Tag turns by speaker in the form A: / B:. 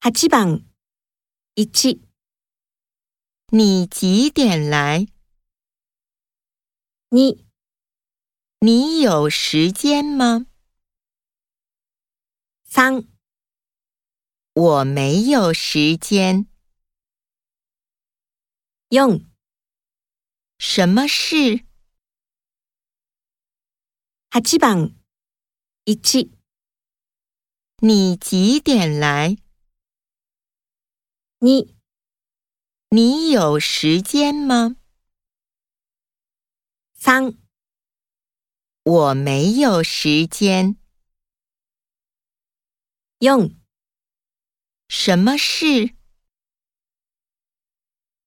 A: 八番一
B: 你几点来？
A: 二
B: 你有时间吗？
A: 三
B: 我没有时间。
A: 四
B: 什么事？
A: 八番一
B: 你几点来？
A: 二
B: 你有时间吗？
A: 三
B: 我没有时间。
A: 四
B: 什么事？